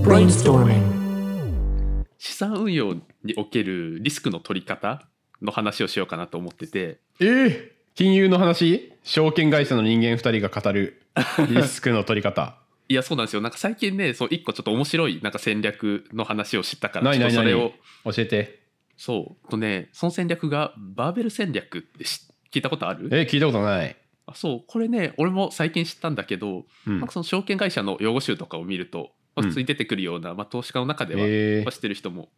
brainstorming, 資産運用におけるリスクの取り方の話をしようかなと思っててえー金融の話証券会社の人間2人が 語るリスクの取り方いやそうなんですよなんか最近ねそう一個ちょっと面白いなんか戦略の話を知ったから何ちょっとそ何れ何を教えてそうとねその戦略がバーベル戦略って知聞いたことあるえ聞いたことない、あそうこれね俺も最近知ったんだけど、うんなんかその証券会社の用語集とかを見ると、まあうん普通に出てくるような、まあ、投資家の中では、えまあ知ってる人も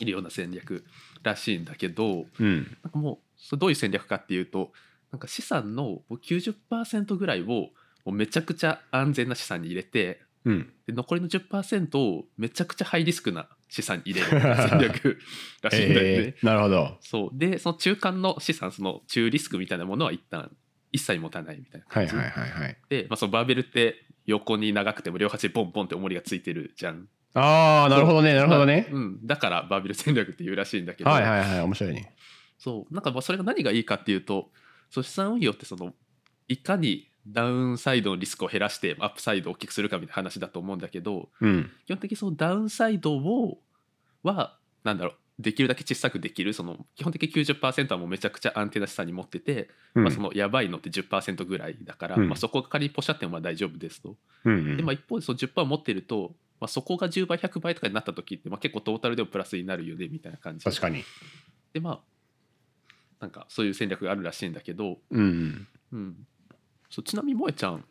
いるような戦略らしいんだけどーうんなんかもうそれどういう戦略かっていうとなんか資産のもう90%ぐらいをもうめちゃくちゃ安全な資産に入れてうんで残りの10%をめちゃくちゃハイリスクな資産に入れ る戦略らしいんだよねえ。ーなるほどそうでその中間の資産その中リスクみたいなものは一旦一切持たないみたいなは感いじ、はいはいはいで、まあ、そのバーベルって横に長くても両端にボンボンって重りがついてるじゃん。ああなるほどねなるほどねまあうん、だからバーベル戦略っていうらしいんだけど、はいはいはい面白いねそうなんかまあそれが何がいいかっていうとそう資産運用ってそのいかにダウンサイドのリスクを減らしてアップサイドを大きくするかみたいな話だと思うんだけどうん基本的にそのダウンサイドをはなんだろうできるだけ小さくできるその基本的に90%はもうめちゃくちゃ安定な資産に持ってて、うんまあ、そのやばいのって10%ぐらいだから、うんまあ、そこが仮にポシャってもまあ大丈夫ですと。うんうんでまあ、一方でその10%持ってると、まあ、そこが10倍100倍とかになった時って、まあ、結構トータルでもプラスになるよねみたいな感じ確かにでまあなんかそういう戦略があるらしいんだけど、うんううんん、そうちなみに萌えちゃん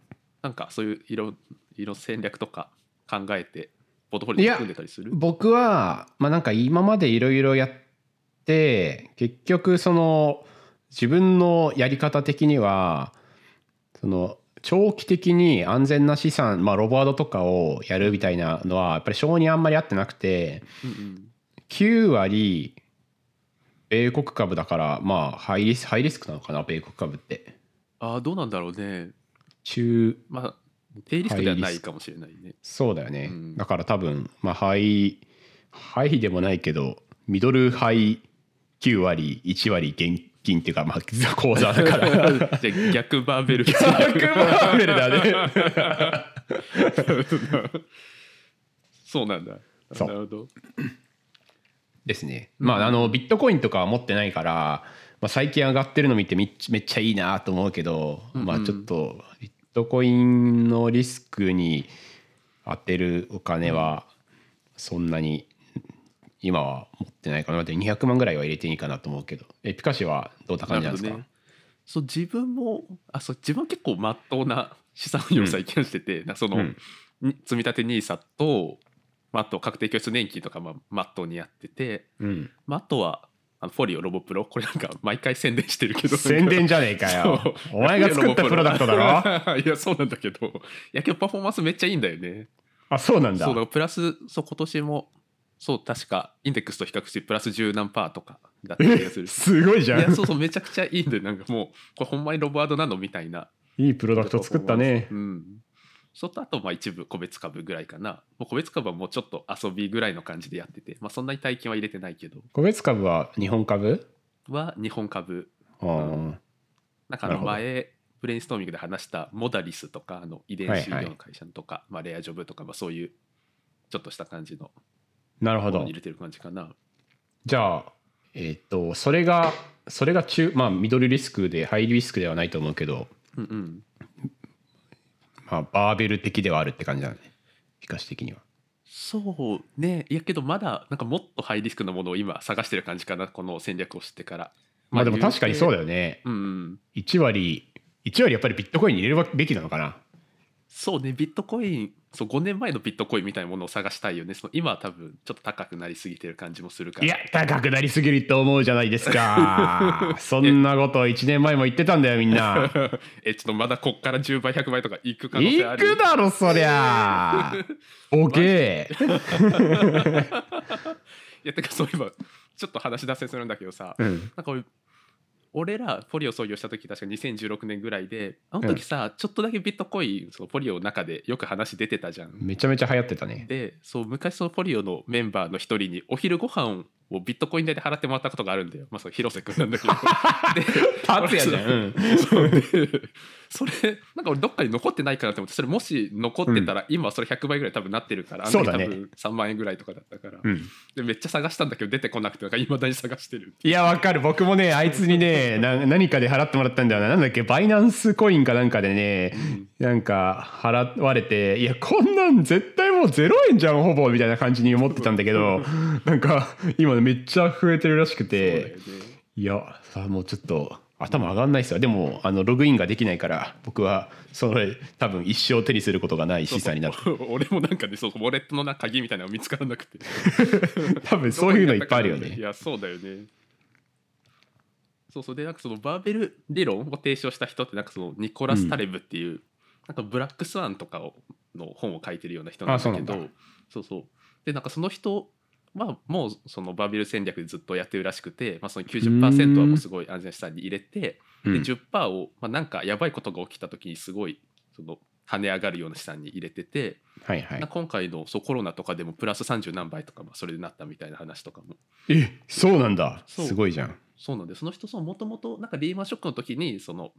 なんかそういう色色戦略とか考えてポートフォリオ組んでたりする僕はまあなんか今までいろいろやって結局その自分のやり方的にはその長期的に安全な資産、まあ、ロボアドとかをやるみたいなのはやっぱり性にあんまり合ってなくてうんうん9割米国株だからまあハイリスハイリスクなのかな米国株ってああどうなんだろうね中まあ低リスクではないかもしれないねそうだよね、うんだから多分まあハイハイでもないけどミドルハイ9割1割現金っていうかまあ 口座だから じゃあ逆バーベル 戦バッ略クバーベルだねそうなんだそうなるほどですねまああのビットコインとかは持ってないから、まあ、最近上がってるの見てめっちゃめっちゃいいなと思うけど、うんうんまあちょっとビットコインのリスクに当てるお金はそんなに今は持ってないかなで200万ぐらいは入れていいかなと思うけどえピカシはどんな感じなんですか、るほどねそう自分もあそう自分は結構まっとうな資産運用を最近してて、なんかその、うんに積み立て NISA と、まあ、あと確定拠出年金とかまあまっとうにやってて、うん、まあ、あとはあのフォリオロボプロこれなんか毎回宣伝してるけど宣伝じじゃねえ かよお前が作ったプロダクトだろろ いやそうなんだけどいやけどパフォーマンスめっちゃいいんだよねあそうなんだそうだプラスそう今年もそう確かインデックスと比較してプラス10何パーとかだった気がす えるすごいじいゃやんそうそうめちゃくちゃいいんでなんかもうこれほんまにロバードなのみたいないいプロダクト作ったねうんそれとあとまあ一部個別株ぐらいかなもう個別株はもうちょっと遊びぐらいの感じでやってて、まあ、そんなに大金は入れてないけど個別株は日本株は日本株あーなんかあのなるほど前ブレインストーミングで話したモダリスとかあの遺伝子医療の会社とか、まあ、レアジョブとか、まあ、そういうちょっとした感じのなるほものどに入れてる感じかなじゃあえっ、とそれがそれが中まあミドルリスクでハイリスクではないと思うけど、うんうんまあ、バーベル的ではあるって感じだね比較的にはそうねいやけどまだなんかもっとハイリスクなものを今探してる感じかなこの戦略をしてからまあでも確かにそうだだよねうんうん1割1割やっぱりビットコインに入れるべきなのかなそうねビットコインそう5年前のビットコインみたいなものを探したいよねその今は多分ちょっと高くなりすぎてる感じもするからいや高くなりすぎると思うじゃないです かそんなこと1年前も言ってたんだよみん な えちょっとまだこっから10倍100倍とかいく可能性あ行るくだろそりゃボケ ーいやてかそういえばちょっと話し出せするんだけどさ、 うんなんか俺俺らポリオ創業した時確か2016年ぐらいであの時さ、ちょっとだけビットコインそのポリオの中でよく話出てたじゃん。めちゃめちゃ流行ってたねでそう昔そのポリオのメンバーの一人にお昼ご飯をビットコイン代で払ってもらったことがあるんだよ、まあ、それ広瀬君なんだけ どで達也じゃん、うん、そうでそれなんか俺どっかに残ってないかなと思ってそれもし残ってたら、今それ100倍ぐらい多分なってるからあのそう時だ多ね分3万円ぐらいとかだったから、うんでめっちゃ探したんだけど出てこなくてなんか未だに探してるいやわかる僕 もねあいつにねな何かで払ってもらったんだよななんだっけバイナンスコインかなんかでね、なんか払われていやこんなん絶対もう0円じゃんほぼみたいな感じに思ってたんだけどなんか今ねめっちゃ増えてるらしくそうだよてねいやさもうちょっと頭上がんないっすよでもあのログインができないから僕はそれ多分一生手にすることがない資産になるそうそう 俺もなんかねそうウォレットの中鍵みたいなの見つからなくて多分 そういうのいっぱいあるよいねやそうだよねそうそうでなんかそのバーベル理論を提唱した人ってなんかそのニコラス・タレブっていう、なんかブラックスワンとかをの本を書いてるような人なんだけどあそうなんだそうそうでなんかその人はもうそのバーベル戦略でずっとやってるらしくて、まあ、その90%はもうすごい安全資産に入れて、うんで10%を、まあ、なんかやばいことが起きた時にすごいその跳ね上がるような資産に入れてて、はいなはい今回のそうコロナとかでもプラス30何倍とか、まあ、それでなったみたいな話とかもえそうなんだそうすごいじゃんそうなんでその人もともとなんかリーマンショックの時にその、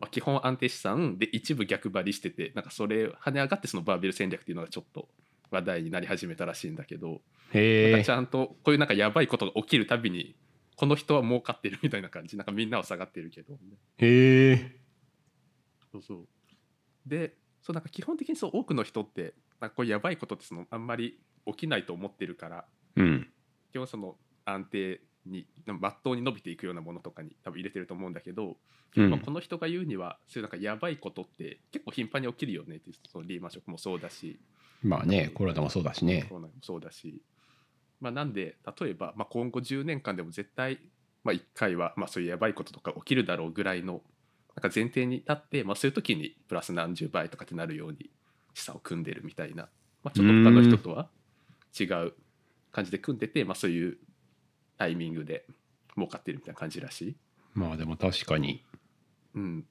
まあ、基本安定資産で一部逆張りしててなんかそれ跳ね上がってそのバーベル戦略っていうのがちょっと話題になり始めたらしいんだけど、へなんえかちゃんとこういうなんかやばいことが起きるたびにこの人は儲かってるみたいな感じなんかみんなは下がってるけど、へえそうそうでそうなんか基本的にそう多くの人ってなんかこういうやばいことってそのあんまり起きないと思ってるからうん基本その安定にまっとうに伸びていくようなものとかに多分入れてると思うんだけど、うんまあこの人が言うにはそういうなんかやばいことって結構頻繁に起きるよねっていうそのリーマンショックもそうだしまあねコロナもそうだしねコロナもそうだし、まあ、なんで例えば、まあ、今後10年間でも絶対、まあ、1回は、まあ、そういうやばいこととか起きるだろうぐらいのなんか前提に立って、まあ、そういう時にプラス何十倍とかってなるように資産を組んでるみたいな、まあ、ちょっと他の人とは違う感じで組んでて、まあ、そういうタイミングで儲かってるみたいな感じらしい。まあでも確かにうん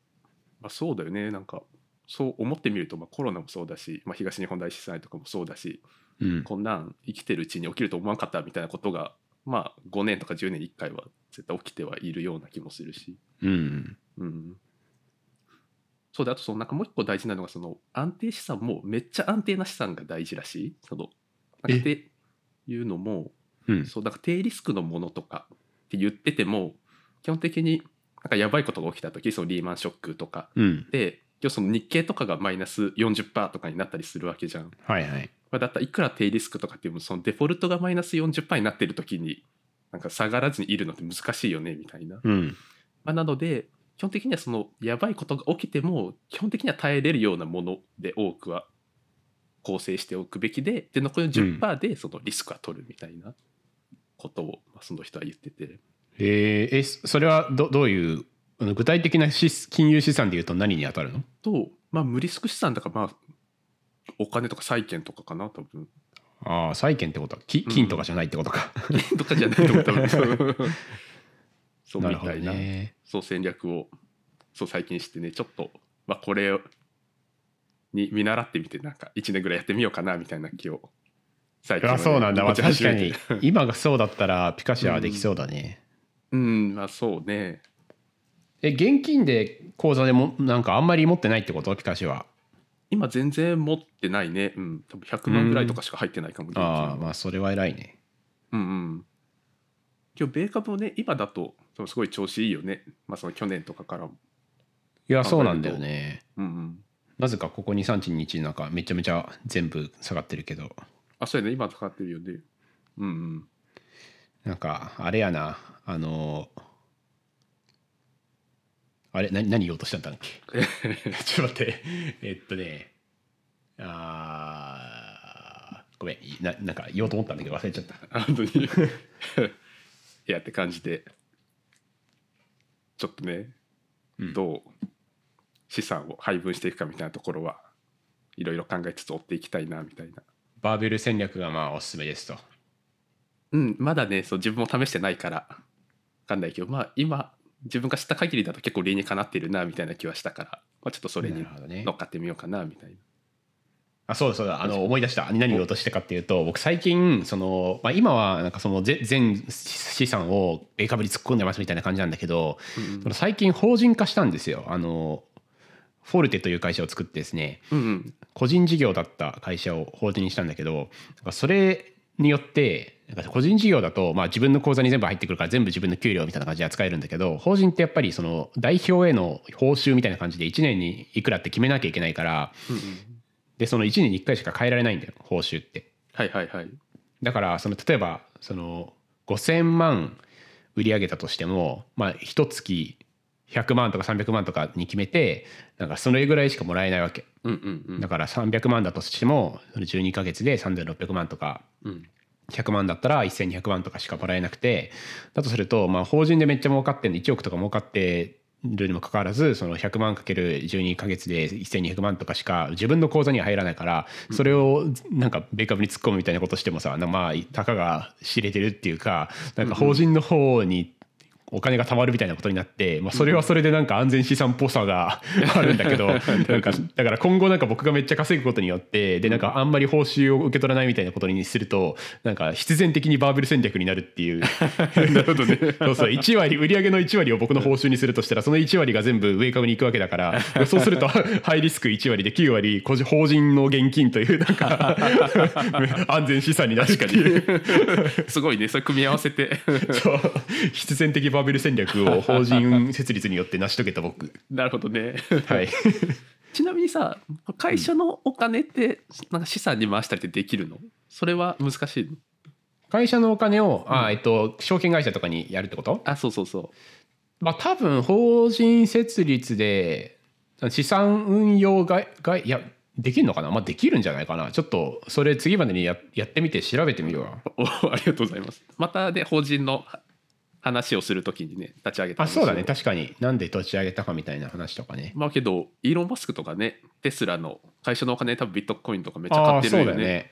まあ、そうだよねなんかそう思ってみると、まあ、コロナもそうだし、まあ、東日本大震災とかもそうだし、うんこんなん生きてるうちに起きると思わんかったみたいなことがまあ5年とか10年に1回は絶対起きてはいるような気もするし、うんうん、そうであとそのなんかもう一個大事なのがその安定資産もめっちゃ安定な資産が大事らしいそのなんえかっていうのもうんそうなんか低リスクのものとかって言ってても基本的になんかやばいことが起きた時そのリーマンショックとかうんで要はその日経とかがマイナス40%とかになったりするわけじゃん。はいはいまあ、だったらいくら低リスクとかっていうそのデフォルトがマイナス40%になってる時になんか下がらずにいるのって難しいよねみたいな、まうんあ、なので基本的にはそのやばいことが起きても基本的には耐えれるようなもので多くは構成しておくべきでで残りの10%でそのリスクは取るみたいなことを、まあ、その人は言っててえー、えそそれはどどういうあの具体的な資金融資産でいうと何に当たるのと、まあ、無リスク資産だからまあお金とか債券とかかな多分 ああ債券ってことはきうん金とかじゃないってことか、とかじゃないと思う 多分そうなみるほどたいな。ねそう戦略をそう最近してねちょっと、まあ、これに見習ってみてなんか1年ぐらいやってみようかなみたいな気を最あそうなんだ、まあ、持ち確始かめにて今がそうだったらピカシアはできそうだね、うんまあそうねえ現金で口座でもなんかあんまり持ってないってことピカシアは今全然持ってないねうん多分100万ぐらいとかしか入ってないかも、現金ああまあそれは偉いねうんうん今日米株もね今だと多分すごい調子いいよねまあその去年とかからもいやそうなんだよねうんうんなぜかここ23日なんかめちゃめちゃ全部下がってるけどあそうやね今使ってるよねうんうんなんかあれやなあのあれ何何言おうとしたんだっけ ちょっと待ってえっとねあーごめんななんか言おうと思ったんだけど忘れちゃったあ本当に いやって感じでちょっとね、うんどう資産を配分していくかみたいなところはいろいろ考えつつ追っていきたいなみたいなバーベル戦略がまあおすすめですとうんまだねそう自分も試してないから分かんないけどまあ今自分が知った限りだと結構理にかなってるなみたいな気はしたから、まあ、ちょっとそれなにるほどね乗っかってみようかなみたいなああそうだそうだあの思い出した何を言おうとしてかっていうと僕最近その、まあ、今はなんかそのぜ全資産を米株に突っ込んでますみたいな感じなんだけど、その最近法人化したんですよあのフォルテという会社を作ってですねうんうん個人事業だった会社を法人にしたんだけどなんかそれによってなんか個人事業だと、まあ、自分の口座に全部入ってくるから全部自分の給料みたいな感じで扱えるんだけど法人ってやっぱりその代表への報酬みたいな感じで1年にいくらって決めなきゃいけないからうんうんでその1年に1回しか変えられないんだよ報酬って。はいはいはいだからその例えばその5,000万売り上げたとしてもまあ一月100万とか300万とかに決めてなんかそれぐらいしかもらえないわけうんうんうんだから300万だとしてもその12ヶ月で3600万とかうん100万だったら1200万とかしかもらえなくてだとするとまあ法人でめっちゃ儲かってんの1億とか儲かってるにもかかわらずその100万かける12ヶ月で1200万とかしか自分の口座には入らないからそれをなんか米株に突っ込むみたいなことしてもさなまあたかが知れてるっていうかなんか法人の方にお金が貯まるみたいなことになって、まあ、それはそれでなんか安全資産っぽさが あるん だけどなんかだから今後なんか僕がめっちゃ稼ぐことによってでなんかあんまり報酬を受け取らないみたいなことにするとなんか必然的にバーベル戦略になるってい うなるほど ね そうそう1割売り上げの1割を僕の報酬にするとしたらその1割が全部上株に行くわけだから そうするとハイリスク1割で9割個人法人の現金というな んか 安全資産になるっていう。すごいねそれ組み合わせて そう必然的バーベル戦略を法人設立によって成し遂げた僕なるほどね はいちなみにさ会社のお金ってなんか資産に回したりってできるのそれは難しいの会社のお金を、あえっと証券会社とかにやるってことあそうそうそまあ多分法人設立で資産運用ががいやできるのかなまあできるんじゃないかなちょっとそれ次までにややってみて調べてみようわうお ありがとうございますまたで法人の話をするときにね立ち上げたあ話そうだねを確かになんで立ち上げたかみたいな話とかねまあけどイーロン・マスクとかねテスラの会社のお金多分ビットコインとかめっちゃあ買あってるよね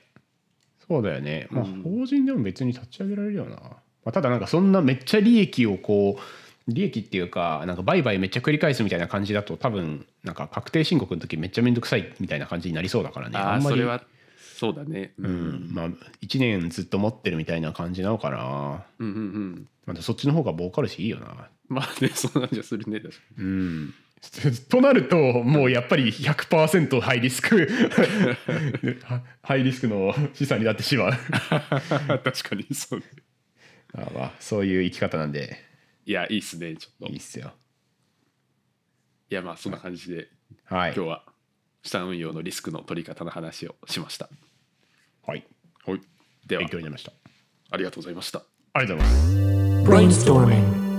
そうだよねそうだよねまあうん法人でも別に立ち上げられるよな、まあ、ただなんかそんなめっちゃ利益をこう利益っていうかなんか売買めっちゃ繰り返すみたいな感じだと多分なんか確定申告の時めっちゃめんどくさいみたいな感じになりそうだからねああんまそりれはそうだねううんまあ、1年ずっと持ってるみたいな感じなのかな、うんうんうんまあ、そっちの方が儲かるしいいよなまあねそんなんじゃするね確かにうん となるともうやっぱり100%ハイリスク ハイリスクの資産になってしまう 確かにそうねあまあそういう生き方なんでいやいいっすねちょっといいいっすよやまあそんな感じではい今日は資産運用のリスクの取り方の話をしましたはいはいでは勉強になりましたありがとうございましたありがとうございます brainstorming.